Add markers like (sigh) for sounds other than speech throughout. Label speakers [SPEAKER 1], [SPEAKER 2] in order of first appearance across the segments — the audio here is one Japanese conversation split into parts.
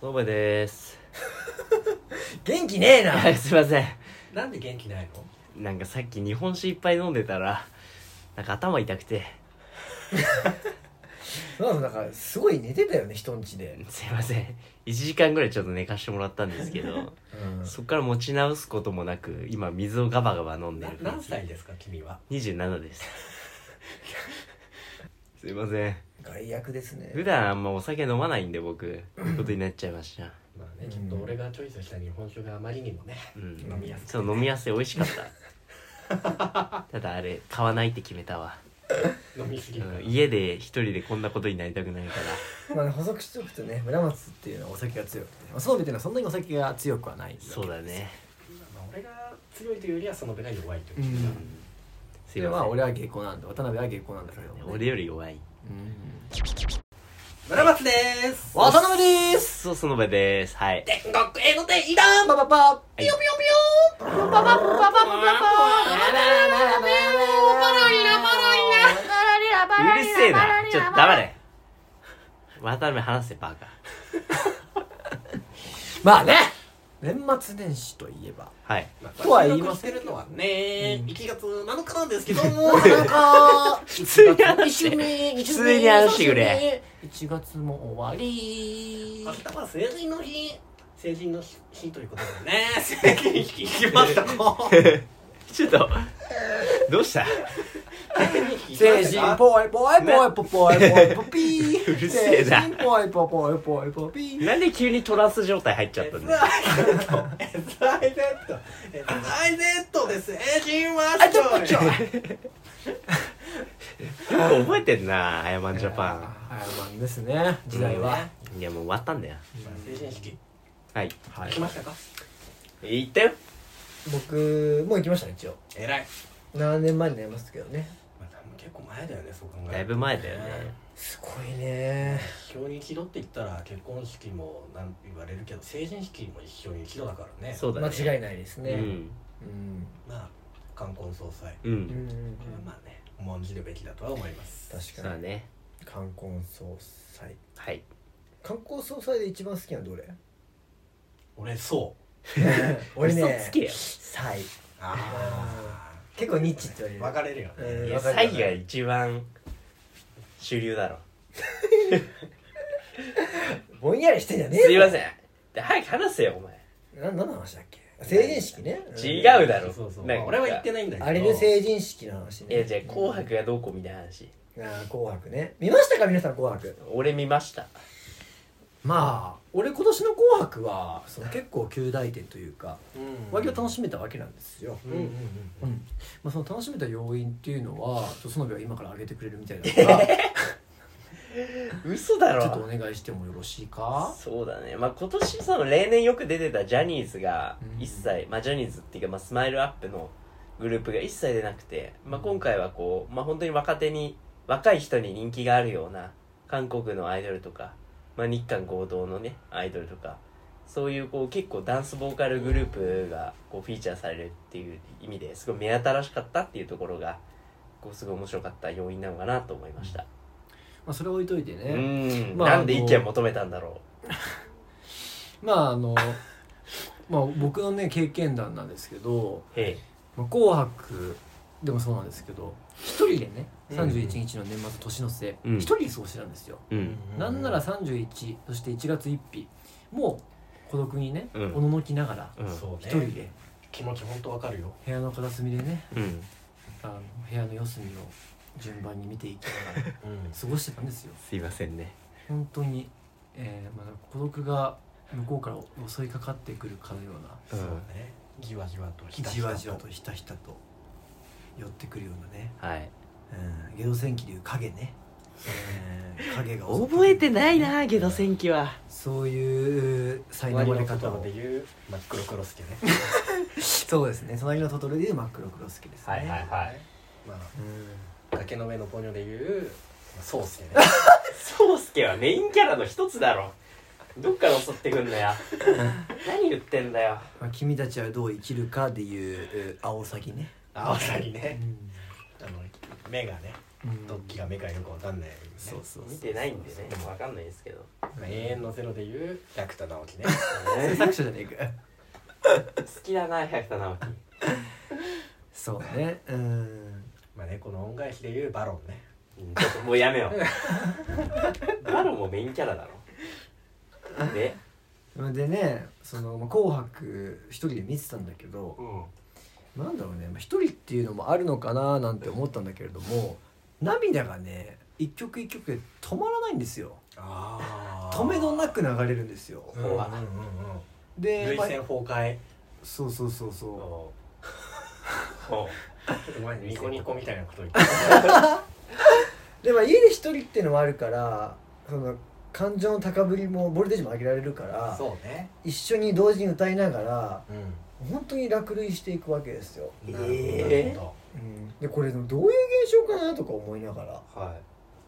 [SPEAKER 1] そうばです。
[SPEAKER 2] 元気ねえな
[SPEAKER 1] はい、すいません。
[SPEAKER 2] なんで元気ないの
[SPEAKER 1] なんかさっき日本酒いっぱい飲んでたら、なんか頭痛くて、
[SPEAKER 2] そうなんかすごい寝てたよね人んちで、
[SPEAKER 1] すいません。1時間ぐらいちょっと寝かしてもらったんですけど、
[SPEAKER 2] うん
[SPEAKER 1] そっから持ち直すこともなく、今水をガバガバ飲んで
[SPEAKER 2] な
[SPEAKER 1] る感
[SPEAKER 2] 何
[SPEAKER 1] じ。
[SPEAKER 2] 歳ですか君は
[SPEAKER 1] ?27 です。すいません。
[SPEAKER 2] 外役ですね
[SPEAKER 1] 普段あんまお酒飲まないんで僕、こういうことになっちゃいました。
[SPEAKER 3] まあね、ちょっと俺がチョイスした日本酒があまりにもね、
[SPEAKER 1] うん。
[SPEAKER 3] 飲みやすくて
[SPEAKER 1] そう、飲みやすい。美味しかった。ただあれ、買わないって決めたわ。
[SPEAKER 3] 飲みすぎ
[SPEAKER 1] う
[SPEAKER 3] るから、
[SPEAKER 1] ん家で一人でこんなことになりたくないから。
[SPEAKER 2] まあ、補足しておくとね村松っていうのはお酒が強くてまあ装備っていうのはそんなにお酒が強くはない
[SPEAKER 1] そうだね。
[SPEAKER 3] まあ、俺が強いというよりはその部が弱いというう、
[SPEAKER 2] ん
[SPEAKER 1] す
[SPEAKER 2] そ
[SPEAKER 1] い
[SPEAKER 2] れは
[SPEAKER 1] ま
[SPEAKER 2] 俺は下校なんで渡辺は下校なんだけど、
[SPEAKER 1] せん。俺より弱い。
[SPEAKER 2] うん
[SPEAKER 3] 村松でーす
[SPEAKER 2] 渡辺でーす
[SPEAKER 1] そう、その場です。はい。
[SPEAKER 3] 天国への天気だ
[SPEAKER 2] パパパ
[SPEAKER 1] ピヨ
[SPEAKER 2] ピヨピヨパパパパパパパ
[SPEAKER 1] うるせえな。ちょっと黙れ。渡辺話せ、バカ。
[SPEAKER 2] まあね年末年始といえば
[SPEAKER 1] はい。
[SPEAKER 2] とは言いま
[SPEAKER 3] し
[SPEAKER 2] せ
[SPEAKER 3] て
[SPEAKER 2] ん
[SPEAKER 3] るのはね、
[SPEAKER 2] うん
[SPEAKER 3] 1月7日なんですけど
[SPEAKER 2] も
[SPEAKER 3] も
[SPEAKER 2] うなんか
[SPEAKER 1] 普通に話し
[SPEAKER 2] 週
[SPEAKER 1] て。
[SPEAKER 2] 目2
[SPEAKER 1] 普通に話してくれ
[SPEAKER 2] 1月も終わり
[SPEAKER 3] 明日は成人の日成人の日ということでね成人式行きま (laughs) したか
[SPEAKER 1] ちょっと、どうした
[SPEAKER 2] 成人ぽいぽいぽいぽいぽいぽいぽピー
[SPEAKER 1] うるせえな
[SPEAKER 2] 成人ぽいぽいぽいぽいぽいピー
[SPEAKER 1] なんで急にトランス状態入っちゃったんだ
[SPEAKER 3] SIZ SIZ です成人は
[SPEAKER 2] あちょっとちょっと
[SPEAKER 1] よく覚えてんな、アヤマンジャパ
[SPEAKER 2] あやまんですね時代は
[SPEAKER 1] ン。いや、もう終わったんだよ。
[SPEAKER 3] 成人式
[SPEAKER 1] はい。
[SPEAKER 2] は
[SPEAKER 3] 行
[SPEAKER 2] い
[SPEAKER 3] きましたか
[SPEAKER 1] 行ったよ。
[SPEAKER 2] 僕もう行きましたね一応
[SPEAKER 3] えらい、
[SPEAKER 2] 何年前になりますけどね
[SPEAKER 3] まあ、結構前だよねそう考えると
[SPEAKER 1] だいぶ前だよね。
[SPEAKER 2] すごいね
[SPEAKER 3] 一生に一度って言ったら結婚式もなん言われるけど成人式も一生に一度だからね
[SPEAKER 1] そうだね。
[SPEAKER 2] 間違いないです
[SPEAKER 1] う
[SPEAKER 2] ね
[SPEAKER 1] ん。
[SPEAKER 2] うん
[SPEAKER 3] まあ冠婚葬祭
[SPEAKER 1] う。
[SPEAKER 2] うんん
[SPEAKER 3] これはまあね重んじるべきだとは思います
[SPEAKER 2] 確
[SPEAKER 1] そう
[SPEAKER 2] か
[SPEAKER 1] だ
[SPEAKER 2] に
[SPEAKER 1] ね。
[SPEAKER 2] 冠婚葬祭
[SPEAKER 1] はい。
[SPEAKER 2] 冠婚葬祭で一番好きなのどれ
[SPEAKER 3] 俺そう
[SPEAKER 2] 俺
[SPEAKER 1] 嘘
[SPEAKER 2] ね
[SPEAKER 1] つけよ。
[SPEAKER 2] 祭
[SPEAKER 3] あ
[SPEAKER 2] 結構ニッチって言
[SPEAKER 3] 分
[SPEAKER 2] われ
[SPEAKER 3] か
[SPEAKER 2] る
[SPEAKER 3] れるよね、
[SPEAKER 2] うん
[SPEAKER 1] いや、
[SPEAKER 2] わかる
[SPEAKER 1] 詐
[SPEAKER 2] よ
[SPEAKER 1] 欺が一番主流だろ。
[SPEAKER 2] ぼんやりしてんじゃねえ
[SPEAKER 1] すいません。で早く話せよ、お前。
[SPEAKER 2] んな何の話だっけ成人式ね
[SPEAKER 1] 違
[SPEAKER 2] うん
[SPEAKER 1] うだろ。
[SPEAKER 3] そうそう
[SPEAKER 1] なんか
[SPEAKER 3] 俺は言ってないんだけど
[SPEAKER 2] あれで成人式の話
[SPEAKER 1] い
[SPEAKER 2] ね
[SPEAKER 1] や、じゃあ、紅白がどうこうみたいな話。
[SPEAKER 2] ああ紅白ね見ましたか皆さん紅白
[SPEAKER 1] 俺見ました。
[SPEAKER 2] まあ俺今年の「紅白は」その結構旧大点というか
[SPEAKER 3] うん
[SPEAKER 2] 割と楽しめたわけなんですよ、
[SPEAKER 3] うんうんうん
[SPEAKER 2] うんまあ、その楽しめた要因っていうのはちょっと園部は今から挙げてくれるみたいだ
[SPEAKER 1] (laughs)
[SPEAKER 2] からち
[SPEAKER 1] 嘘だ
[SPEAKER 2] ょっとお
[SPEAKER 1] ろ。
[SPEAKER 2] 願いしてもよろしいか
[SPEAKER 1] そうだね。まあ、今年、その、例年よく出てたジャニーズが
[SPEAKER 2] うん
[SPEAKER 1] 一切、まあ、ジャニーズっていうか、まあ、スマイルアップのグループが一切出なくて、まあ、今回はこう、まあ、本当に若手に、若い人に人気があるような、韓国のアイドルとか、まあ、日韓合同のね、アイドルとか、そういうこう結構ダンスボーカルグループがこうフィーチャーされるっていう意味ですごい目新しかったっていうところがこうすごい面白かった要因なのかなと思いました
[SPEAKER 2] まあ、それ置いといて
[SPEAKER 1] う
[SPEAKER 2] ね
[SPEAKER 1] ーん、
[SPEAKER 2] まあ
[SPEAKER 1] なんで意見求めたんだろ
[SPEAKER 2] まああのまあ僕のね経験談なんですけど
[SPEAKER 1] うへ
[SPEAKER 2] 「まあ、紅白」でもそうなんですけど一人でね
[SPEAKER 3] うん
[SPEAKER 2] 31日の年末年の瀬
[SPEAKER 1] うん
[SPEAKER 2] 一人で過ごしてたんですよ、
[SPEAKER 1] えう
[SPEAKER 3] うんん
[SPEAKER 2] なんなら31そして1月1日もう孤独にね、
[SPEAKER 1] うん
[SPEAKER 2] おののきながら
[SPEAKER 1] うん
[SPEAKER 3] そうね
[SPEAKER 2] 一人で
[SPEAKER 3] 気持ち本当わかるよ
[SPEAKER 2] 部屋の片隅でね
[SPEAKER 1] うん
[SPEAKER 2] あの部屋の四隅を順番に見ていきな (laughs) がら
[SPEAKER 3] うん
[SPEAKER 2] 過ごしてたんですよ
[SPEAKER 1] すいませんね
[SPEAKER 2] 本当に、えーまだ孤独が向こうから襲いかかってくるかのような
[SPEAKER 1] うん
[SPEAKER 3] ねじわじわとひたひ
[SPEAKER 2] じ
[SPEAKER 3] た
[SPEAKER 2] わじわとひたひたと寄ってくるようなね、
[SPEAKER 1] はい
[SPEAKER 2] うん、ゲド戦記でいう影ね、うん影が襲ってくる
[SPEAKER 1] 覚えてないなゲド戦記は
[SPEAKER 2] そういう才能
[SPEAKER 3] 隣
[SPEAKER 2] の
[SPEAKER 3] の
[SPEAKER 2] 方
[SPEAKER 3] 方
[SPEAKER 2] を
[SPEAKER 3] で言う真っ黒クロスケね
[SPEAKER 2] そうですね隣のトトロでいう真っ黒クロスケですね
[SPEAKER 3] はいまあ
[SPEAKER 2] うん
[SPEAKER 3] 崖の上のポニョで言うまあソースケね
[SPEAKER 1] 宗介はメインキャラの一つだろどっから襲ってくんだよ (laughs) 何言ってんだよ
[SPEAKER 2] まあ、君たちはどう生きるかでいうう青サギね、
[SPEAKER 3] 青さにねあの目がね
[SPEAKER 2] うん
[SPEAKER 3] どっちが目かよくわかんない、ね、
[SPEAKER 1] そうそう見てないんでねわかんないですけど
[SPEAKER 3] まあ永遠のゼロで言う百田直樹ね
[SPEAKER 2] 制作者じゃねえかよ
[SPEAKER 1] 好きだな百田直樹
[SPEAKER 2] (laughs) そうねうん
[SPEAKER 3] まあねこの恩返しで言うバロンね
[SPEAKER 1] うんちょっともうやめようバロもメインキャラだろで、
[SPEAKER 2] でねその「まあ紅白」一人で見てたんだけど
[SPEAKER 1] うん、
[SPEAKER 2] なんだろうねまあ一人っていうのもあるのかななんて思ったんだけれども涙がね一曲一曲で止まらないんですよ
[SPEAKER 3] あ
[SPEAKER 2] 止めどなく流れるんですよ
[SPEAKER 3] うんうんうんうん
[SPEAKER 2] で、
[SPEAKER 3] 涙
[SPEAKER 2] まあ
[SPEAKER 3] 腺崩壊
[SPEAKER 2] そうそうそうそ
[SPEAKER 3] お
[SPEAKER 1] ほ
[SPEAKER 3] ちょっと前にニコニコみたいなこと言って
[SPEAKER 2] うで、まあ、家で一人っていうのもあるからその感情の高ぶりもボルテージも上げられるから
[SPEAKER 3] そうね
[SPEAKER 2] 一緒に同時に歌いながら
[SPEAKER 3] うん
[SPEAKER 2] 本当に落涙していくわけですよ、
[SPEAKER 1] えー
[SPEAKER 3] なるほ
[SPEAKER 2] でこれでもどういう現象かなとか思いながら
[SPEAKER 1] うは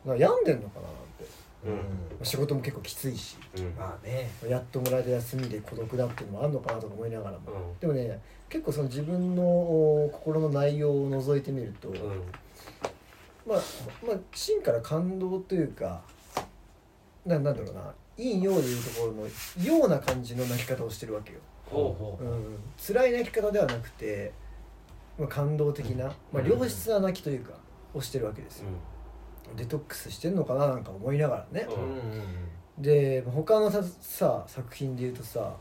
[SPEAKER 2] なんか病んでんのかななんて
[SPEAKER 1] い、う
[SPEAKER 3] どうん
[SPEAKER 1] ん
[SPEAKER 2] 仕事も結構きついし
[SPEAKER 1] うん
[SPEAKER 3] まあね
[SPEAKER 2] やっともらえた休みで孤独だっていうのもあるのかなとか思いながらも、
[SPEAKER 1] う
[SPEAKER 2] でもね結構その自分のお心の内容を覗いてみると、
[SPEAKER 1] んうん
[SPEAKER 2] まあ、まあ、芯から感動というかななんだろうな陰陽でいうところのような感じの泣き方をしてるわけよ、
[SPEAKER 3] ほうほ
[SPEAKER 2] う、
[SPEAKER 3] うん
[SPEAKER 2] 辛い泣き方ではなくて、まあ、感動的な、まあ、良質な泣きというかをしてるわけですよ、デトックスしてんのかななんか思いながらね、
[SPEAKER 1] うん
[SPEAKER 2] で他のささ作品で言うとさ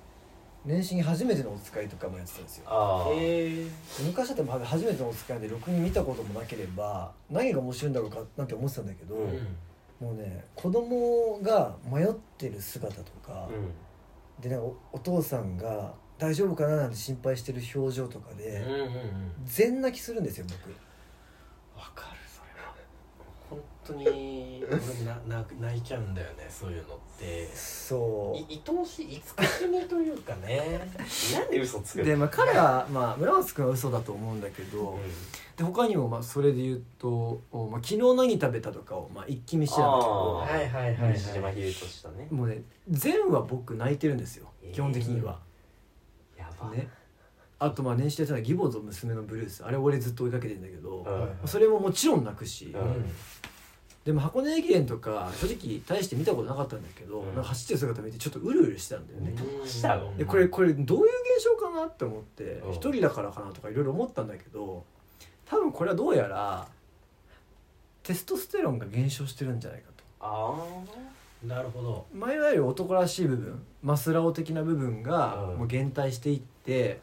[SPEAKER 2] 年始に初めてのお使いとかもやってたんですよ
[SPEAKER 1] ああ、
[SPEAKER 3] え
[SPEAKER 2] 昔だってまだ初めてのお使いでろくに見たこともなければ何が面白いんだろうかなんて思ってたんだけど、
[SPEAKER 1] う
[SPEAKER 2] もうね子供が迷ってる姿とか、
[SPEAKER 1] う
[SPEAKER 2] でなんかおお父さんが大丈夫かななんて心配してる表情とかで、
[SPEAKER 3] うんうんうん
[SPEAKER 2] 全泣きするんですよ僕
[SPEAKER 3] わかるそれは本当に俺も (laughs) なな泣いちゃうんだよねそういうのって
[SPEAKER 2] そ
[SPEAKER 3] い愛おしい慈しみというか (laughs) ね
[SPEAKER 1] ん、なんで嘘つく
[SPEAKER 2] う
[SPEAKER 1] の
[SPEAKER 2] で、まあ、彼は、まあ、村松君は嘘だと思うんだけど、
[SPEAKER 1] うん
[SPEAKER 2] で他にもまあそれで言うと、おまあ、昨日何食べたとかをまあ一気見してたんだけ
[SPEAKER 1] あ
[SPEAKER 2] ど
[SPEAKER 1] ー
[SPEAKER 3] はいはいはい、はい、
[SPEAKER 1] 西島秀俊とね
[SPEAKER 2] もうね全話僕泣いてるんですよ、
[SPEAKER 1] えー
[SPEAKER 2] 基本的には
[SPEAKER 1] やば、
[SPEAKER 2] ねあとまあ年始でやってたのは「義母と娘のブルース」あれ俺ずっと追いかけてんだけど、
[SPEAKER 1] うん
[SPEAKER 2] それももちろん泣くし、
[SPEAKER 1] う
[SPEAKER 3] うん
[SPEAKER 2] でも箱根駅伝とか正直大して見たことなかったんだけど、
[SPEAKER 1] うん
[SPEAKER 2] なんか走ってる姿見てちょっとうるうるしてたんだよね、
[SPEAKER 1] どうしたの
[SPEAKER 2] でこれこれどういう現象かなって思って
[SPEAKER 1] うん
[SPEAKER 2] 一人だからかなとかいろいろ思ったんだけど多分これはどうやらテストステロンが減少してるんじゃないかと
[SPEAKER 1] あ
[SPEAKER 3] なるほど
[SPEAKER 2] 前はより男らしい部分マスラオ的な部分が
[SPEAKER 1] うん
[SPEAKER 2] もう減退していって、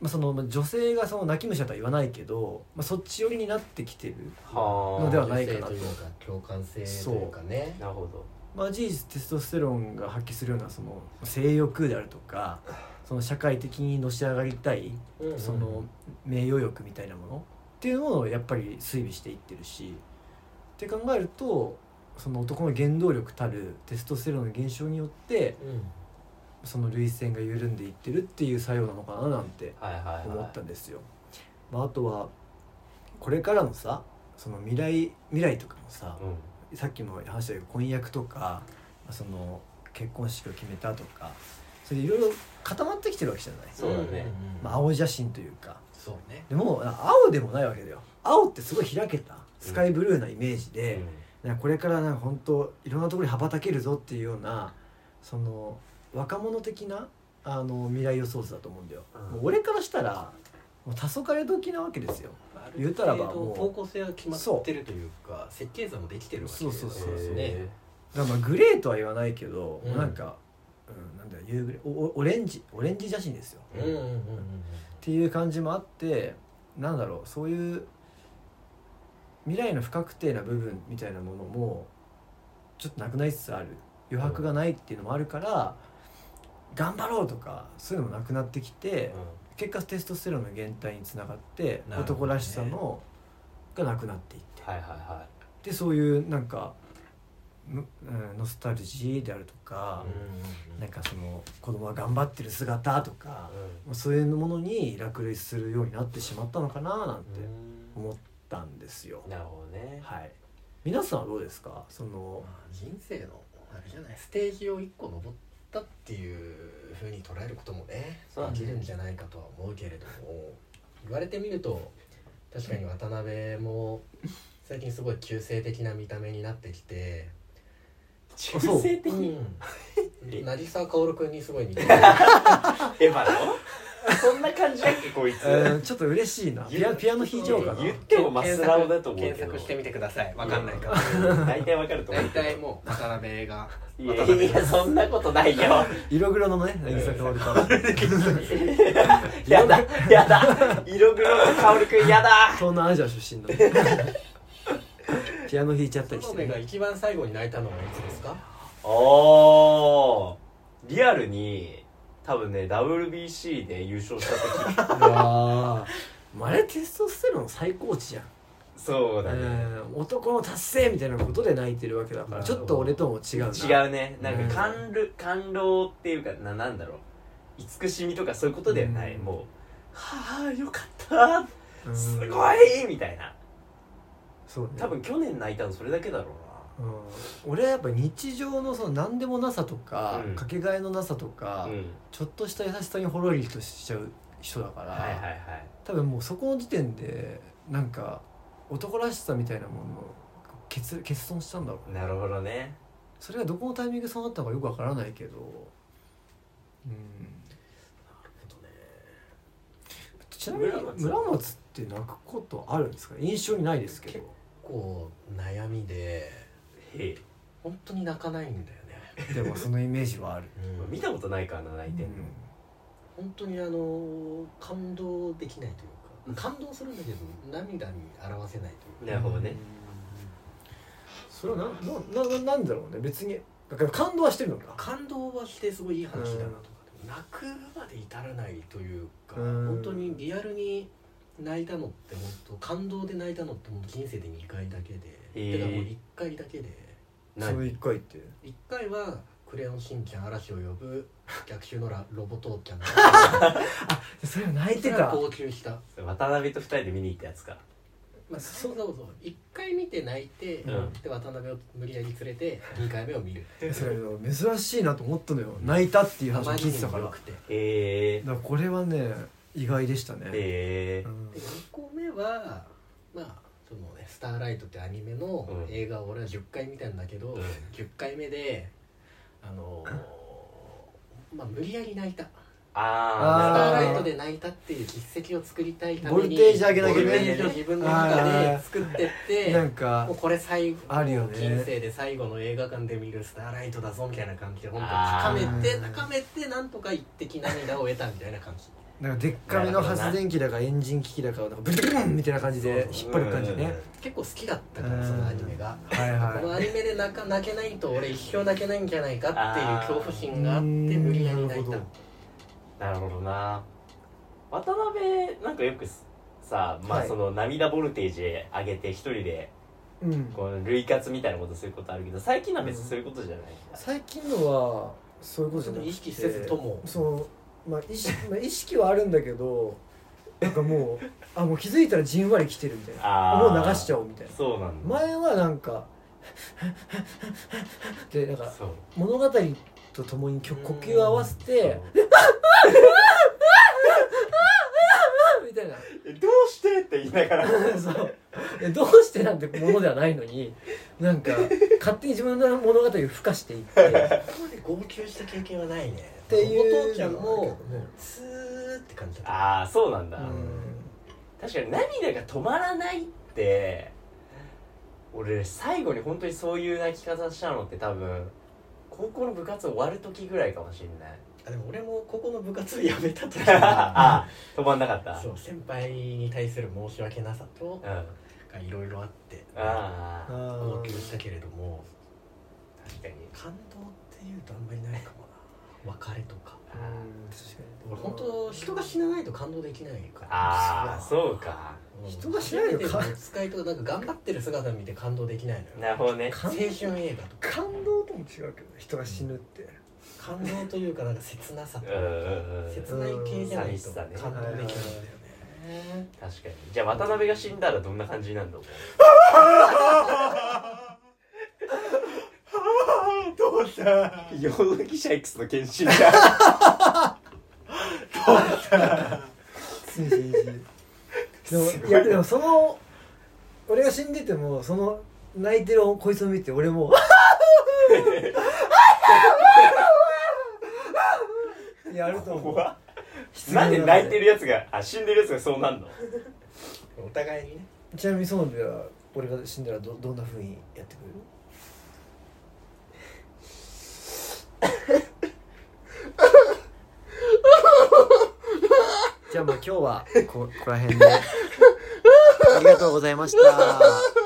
[SPEAKER 2] まあ、そのまあ女性がその泣き虫だとは言わないけど、まあ、そっち寄りになってきてる、
[SPEAKER 1] あはあ
[SPEAKER 2] のではないかなと
[SPEAKER 3] 女性いうか共感性というかね
[SPEAKER 1] なるほど
[SPEAKER 2] まあ、事実テストステロンが発揮するようなその性欲であるとかその社会的にのし上がりたい
[SPEAKER 3] うんうん
[SPEAKER 2] その名誉欲みたいなものっていうものをやっぱり推移していってるしって考えるとその男の原動力たるテストステロンの減少によって
[SPEAKER 3] うん
[SPEAKER 2] その涙腺が緩んでいってるっていう作用なのかななんて
[SPEAKER 1] はいはいはい
[SPEAKER 2] 思ったんですよ。まあ、あとはこれからのさその未来未来とかもさ
[SPEAKER 1] うん
[SPEAKER 2] さっきも話したけど婚約とかその結婚式を決めたとかそれでいろいろ固まってきてるわけじゃない、
[SPEAKER 1] そうだね
[SPEAKER 3] んんうん
[SPEAKER 2] まあ、青写真というか
[SPEAKER 3] そうね
[SPEAKER 2] でもな青でもないわけだよ青ってすごい開けたスカイブルーなイメージで、なんかこれからなんか本当いろんなところに羽ばたけるぞっていうようなその若者的なあの未来予想図だと思うんだよ、
[SPEAKER 1] うん
[SPEAKER 2] もう俺からしたらもう黄昏時なわけですよ
[SPEAKER 3] あ
[SPEAKER 2] 言うたらばもう
[SPEAKER 3] 方向性は決まってるというか設計図もできてるわけだよね
[SPEAKER 2] そうそうそう
[SPEAKER 1] です
[SPEAKER 3] ね
[SPEAKER 1] ね
[SPEAKER 2] だからまあグレーとは言わないけど、
[SPEAKER 3] うん
[SPEAKER 2] なんか、うん、なんだよ夕暮れおおオレンジオレンジ写真ですよ
[SPEAKER 3] うんうんうんうん
[SPEAKER 2] っていう感じもあってなんだろうそういう未来の不確定な部分みたいなものもちょっとなくなりつつある余白がないっていうのもあるから、頑張ろうとかそういうのもなくなってきて、結果テストステロンの減退につながって、
[SPEAKER 3] なるほどね
[SPEAKER 2] 男らしさのがなくなっていって
[SPEAKER 1] はいはいは
[SPEAKER 2] でそういうなんか、むうん、ノスタルジーであるとか、
[SPEAKER 3] うん
[SPEAKER 2] なんかその子供が頑張ってる姿とか。
[SPEAKER 1] いうん
[SPEAKER 2] そういうものに落雷するようになってしまったのかななんて
[SPEAKER 3] うん
[SPEAKER 2] 思ったんですよ、
[SPEAKER 1] なるほどね
[SPEAKER 2] はい皆さんはどうですかその
[SPEAKER 3] まあ人生のあれじゃないステージを一個登ったっていうふうに捉えることもね
[SPEAKER 1] そうだね
[SPEAKER 3] できるんじゃないかとは思うけれども言われてみると確かに渡辺も最近すごい中性的な見た目になってきて
[SPEAKER 1] 中
[SPEAKER 2] そう
[SPEAKER 1] 性的
[SPEAKER 3] うん
[SPEAKER 1] え
[SPEAKER 3] 成沢薫君にすごい似てるあ
[SPEAKER 1] エヴァのそんな感じだっけこいつ
[SPEAKER 2] えーちょっと嬉しいなピアピアノ弾いちゃおうかな
[SPEAKER 1] 言ってもマスラオだと思うけど
[SPEAKER 3] 検索してみてくださいわかんないから
[SPEAKER 1] ら大体わかると思
[SPEAKER 3] 大
[SPEAKER 1] うけど
[SPEAKER 3] 体もう渡辺が
[SPEAKER 1] いやいやそんなことないよ
[SPEAKER 2] 色黒のね渚香織から
[SPEAKER 1] やだやだ色黒の薫くんやだ
[SPEAKER 2] 東南アジア出身の (laughs) ピアノ弾いちゃったり
[SPEAKER 3] 園
[SPEAKER 2] して、
[SPEAKER 3] 部が
[SPEAKER 2] ね、
[SPEAKER 3] 一番最後に泣いたのはいつですか
[SPEAKER 1] おーリアルに多分ね WBC で優勝した時
[SPEAKER 2] ああれテストステロン最高値じゃん、
[SPEAKER 1] そうだ
[SPEAKER 2] え
[SPEAKER 1] ね
[SPEAKER 2] ー男の達成みたいなことで泣いてるわけだからちょっと俺とも違うなう
[SPEAKER 1] 違うねなんか甘露甘露っていうかななんだろう慈しみとかそういうことではない
[SPEAKER 2] うん
[SPEAKER 1] もうはあよかった
[SPEAKER 2] ん
[SPEAKER 1] すごいみたいな
[SPEAKER 2] そう、ね、
[SPEAKER 1] 多分去年泣いたのそれだけだろう
[SPEAKER 2] うん、俺はやっぱ日常のその何でもなさとか、
[SPEAKER 1] うん
[SPEAKER 2] かけがえのなさとか、
[SPEAKER 1] なうん
[SPEAKER 2] ちょっとした優しさにほろりとしちゃう人だから、
[SPEAKER 1] はいはいはい
[SPEAKER 2] 多分もうそこの時点でなんか男らしさみたいなものを欠欠損したんだろうね
[SPEAKER 1] なるほどね
[SPEAKER 2] それがどこのタイミングでそうなったのかよくわからないけどうんちなみに
[SPEAKER 1] 村松
[SPEAKER 2] 村松って泣くことあるんですか印象にないですけど
[SPEAKER 3] こう悩みで
[SPEAKER 1] へえ
[SPEAKER 3] 本当に泣かないんだよね、
[SPEAKER 2] でもそのイメージはある、
[SPEAKER 3] うん
[SPEAKER 1] 見たことない (laughs) からな泣いてんの
[SPEAKER 3] 本当にあの感動できないというか感動するんだけど涙に表せないという
[SPEAKER 1] な
[SPEAKER 3] か
[SPEAKER 1] るほど
[SPEAKER 2] う
[SPEAKER 1] ね
[SPEAKER 2] んそれはななななんだろうね別にだから感動はしてるのか
[SPEAKER 3] 感動はしてすごいいい話だなとか、でも泣くまで至らないというか、
[SPEAKER 2] うん
[SPEAKER 3] 本当にリアルに泣いたのって本当感動で泣いたのって本当人生で2回だけで、
[SPEAKER 1] へー
[SPEAKER 3] てかもう1回だけで
[SPEAKER 2] その
[SPEAKER 1] 何
[SPEAKER 2] 一回って
[SPEAKER 3] 1回は「クレヨンしんちゃん嵐を呼ぶ逆襲のラロボトーキャン」
[SPEAKER 2] それは泣い
[SPEAKER 3] そ
[SPEAKER 2] て
[SPEAKER 3] れは
[SPEAKER 2] た
[SPEAKER 3] 号泣した
[SPEAKER 1] 渡辺と二人で見に行ったやつか
[SPEAKER 3] まあ、そうそうそう一回見て泣いて、
[SPEAKER 1] うん
[SPEAKER 3] で渡辺を無理やり連れて2回目を見る
[SPEAKER 2] それ珍しいなと思ったのよ泣いたっていう話
[SPEAKER 3] あ
[SPEAKER 2] を
[SPEAKER 3] まり
[SPEAKER 2] 聞い
[SPEAKER 3] に
[SPEAKER 2] てた
[SPEAKER 3] も
[SPEAKER 2] から
[SPEAKER 3] 良
[SPEAKER 2] だか
[SPEAKER 3] くて
[SPEAKER 1] へえ
[SPEAKER 2] らこれはね意外でしたね、
[SPEAKER 1] へえ
[SPEAKER 2] うん
[SPEAKER 3] で2個目はまあそのね「スターライト」ってアニメの
[SPEAKER 1] うん
[SPEAKER 3] 映画を俺は10回見たんだけど、
[SPEAKER 1] うん
[SPEAKER 3] 10回目であのーまあ無理やり泣いた「スタ
[SPEAKER 2] あ
[SPEAKER 1] あ
[SPEAKER 3] ーライト」で泣いたっていう実績を作りたいために
[SPEAKER 2] ボルテージ上げ
[SPEAKER 1] き
[SPEAKER 2] な
[SPEAKER 1] ゃね
[SPEAKER 3] ボルテージを自分の中で作ってっ
[SPEAKER 2] な
[SPEAKER 3] て
[SPEAKER 2] んか
[SPEAKER 3] もうこれ最後
[SPEAKER 2] あるよ
[SPEAKER 3] 人
[SPEAKER 2] ね
[SPEAKER 3] 生で最後の映画館で見るスターライトだぞみたいな感じで本当に高めて
[SPEAKER 2] あー
[SPEAKER 3] 高めてなんとか一滴涙を得たみたいな感じ
[SPEAKER 2] なんかでっかめの発電機だかエンジン機器だかなんかブルーンみたいな感じで引っ張る感じね
[SPEAKER 3] 結構好きだったからそのアニメが
[SPEAKER 2] はい
[SPEAKER 3] この
[SPEAKER 2] は
[SPEAKER 3] アニメで泣か泣けないと俺一生泣けないんじゃないかっていう恐怖心があって
[SPEAKER 2] あー
[SPEAKER 3] 無理やり泣い
[SPEAKER 2] な
[SPEAKER 3] た
[SPEAKER 2] るほ
[SPEAKER 1] なるほどな渡辺なんかよくさま
[SPEAKER 2] は
[SPEAKER 1] あ
[SPEAKER 2] い
[SPEAKER 1] その涙ボルテージ上げて一人で
[SPEAKER 2] い、うん、
[SPEAKER 1] こう類活みたいなことすることあるけど最近のは別にそういうことじゃない、
[SPEAKER 2] 最近のはそういうことじ
[SPEAKER 3] そ
[SPEAKER 2] ゃな
[SPEAKER 3] の
[SPEAKER 2] くて
[SPEAKER 3] 意識せずとも
[SPEAKER 2] その、まあ、意識まあ意識はあるんだけどなんかもうあもう気づいたらじんわり来てるみたいな
[SPEAKER 1] あー
[SPEAKER 2] もう流しちゃおうみたいな
[SPEAKER 1] そうなんだ、
[SPEAKER 2] 前はなんかでなんか
[SPEAKER 1] そう
[SPEAKER 2] 物語とともに曲呼吸を合わせてみたいな
[SPEAKER 1] えどうしてって言いながら
[SPEAKER 2] そうえどうしてなんてものではないのになんか勝手に自分の物語を付加していって
[SPEAKER 3] そこまで号泣した経験はないね
[SPEAKER 2] っていう
[SPEAKER 3] お父ちゃんもも
[SPEAKER 2] のはあるけどね
[SPEAKER 3] うスーって感じだった
[SPEAKER 1] ああそうなんだ、
[SPEAKER 2] うん
[SPEAKER 1] 確かに涙が止まらないって俺最後に本当にそういう泣き方したのって多分高校の部活終わる時ぐらいかもしれない
[SPEAKER 3] (laughs) あでも俺もここの部活を辞めた時
[SPEAKER 2] (laughs)
[SPEAKER 3] は
[SPEAKER 1] あー止まんなかった
[SPEAKER 3] そう先輩に対する申し訳なさと
[SPEAKER 1] うんあ
[SPEAKER 3] がいろいろあって
[SPEAKER 1] あ
[SPEAKER 2] あ
[SPEAKER 3] 号泣
[SPEAKER 2] ー
[SPEAKER 3] したけれども
[SPEAKER 1] 確かに
[SPEAKER 3] 感動っていうとあんまりないかもな別れとか
[SPEAKER 2] うん
[SPEAKER 3] 俺
[SPEAKER 2] 確かに
[SPEAKER 3] 本当人が死なないと感動できないから
[SPEAKER 1] ああそうか
[SPEAKER 3] うん
[SPEAKER 2] 人が死なないとか
[SPEAKER 3] 初めての使いとかなんか頑張ってる姿見て感動できないのよ
[SPEAKER 1] なるほどね
[SPEAKER 2] 感
[SPEAKER 3] 青春映画とか
[SPEAKER 2] 感動とも違うけど人が死ぬって、
[SPEAKER 3] 感動というかなんか切なさと
[SPEAKER 1] うんうんうん
[SPEAKER 3] 切ない系じゃない
[SPEAKER 1] 寂
[SPEAKER 3] と
[SPEAKER 1] しさね
[SPEAKER 3] 感動できないんだよね
[SPEAKER 1] 確かにじゃあ渡辺が死んだらどんな感じになるの
[SPEAKER 3] (laughs) どう
[SPEAKER 1] (laughs)
[SPEAKER 3] した
[SPEAKER 1] 容疑者 X の検診だ
[SPEAKER 2] でもいやでもその俺が死んでてもその泣いてるこいつを見て俺
[SPEAKER 1] (laughs)
[SPEAKER 2] も「やると思う
[SPEAKER 1] 怖っなんで泣いてるやつがあ死んでるやつがそうなんの
[SPEAKER 3] お互いにね
[SPEAKER 2] ちなみにそうなんだよ俺が死んだらどどんなふうにやってくれるじゃあまあ今日はこここら辺でありがとうございました。